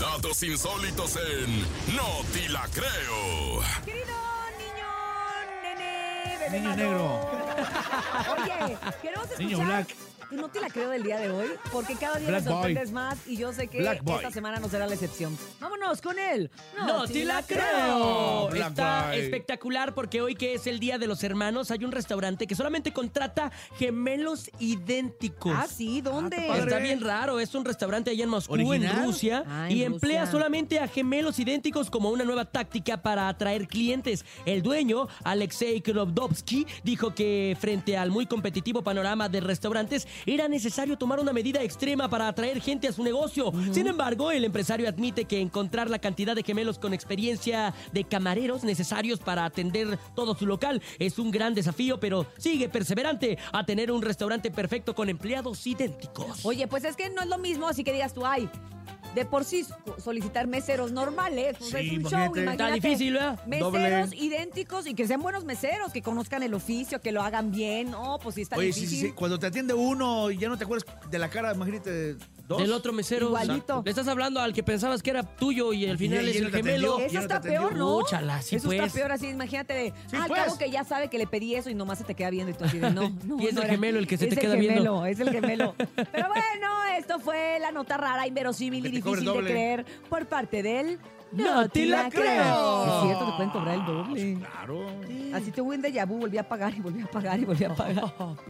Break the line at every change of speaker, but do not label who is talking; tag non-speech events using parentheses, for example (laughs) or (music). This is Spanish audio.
Datos insólitos en No Ti La Creo.
Querido niño, nene, bebé
Niño
malo.
negro.
Oye, queremos escuchar.
Niño black.
No te la creo del día de hoy, porque cada día
Black
nos sorprendes
boy.
más y yo sé que
Black boy.
esta semana no será la excepción. Vámonos con él.
No
te
te la creo.
Black
Está
Boy.
espectacular porque hoy que es el Día de los Hermanos hay un restaurante que solamente contrata gemelos idénticos.
Ah, sí, ¿dónde?
padre.
Está bien raro, es un restaurante allá en Moscú,
¿Original?
en Rusia,
Ah, en
y emplea
Rusia.
solamente a gemelos idénticos como una nueva táctica para atraer clientes. El dueño, Alexei Krovdovsky, dijo que frente al muy competitivo panorama de restaurantes, era necesario tomar una medida extrema para atraer gente a su negocio. Sin embargo, el empresario admite que encontrar la cantidad de gemelos con experiencia de camareros necesarios para atender todo su local es un gran desafío, pero sigue perseverante a tener un restaurante perfecto con empleados idénticos.
Oye, pues es que no es lo mismo, así que digas tú, ay, de por sí solicitar meseros normales, pues
Sí,
es un show,
imagínate.
imagínate.
Está difícil, ¿eh? ¿verdad?
Meseros idénticos y que sean buenos meseros, que conozcan el oficio, que lo hagan bien. No, pues sí está
Oye, sí,
difícil.
sí, sí. Cuando te atiende uno y ya no te acuerdas de la cara, imagínate dos.
Del otro mesero.
Igualito.
Exacto. Le estás hablando al que pensabas que era tuyo y al final
Y- y
es
él
el
te
gemelo.
atendió.
Eso
Ya no te
está
atendió.
peor, ¿no?
No, chala, sí,
Eso está
pues.
peor así, imagínate de,
Sí,
ah,
pues.
claro que ya sabe que le pedí eso y nomás se te queda viendo y tú así de,
(laughs)
no, no.
Y es
no
el
era".
gemelo el que se
Es
te queda viendo.
gemelo, Es el
(laughs)
gemelo, Pero bueno, esto fue la nota rara, inverosímil y
Que te cobren
difícil de
doble.
creer por parte del...
No te la creo.
Es cierto, te pueden cobrar el doble.
Claro.
(laughs)
Así tuve un déjà vu, volví a pagar y volví a pagar y volví a pagar.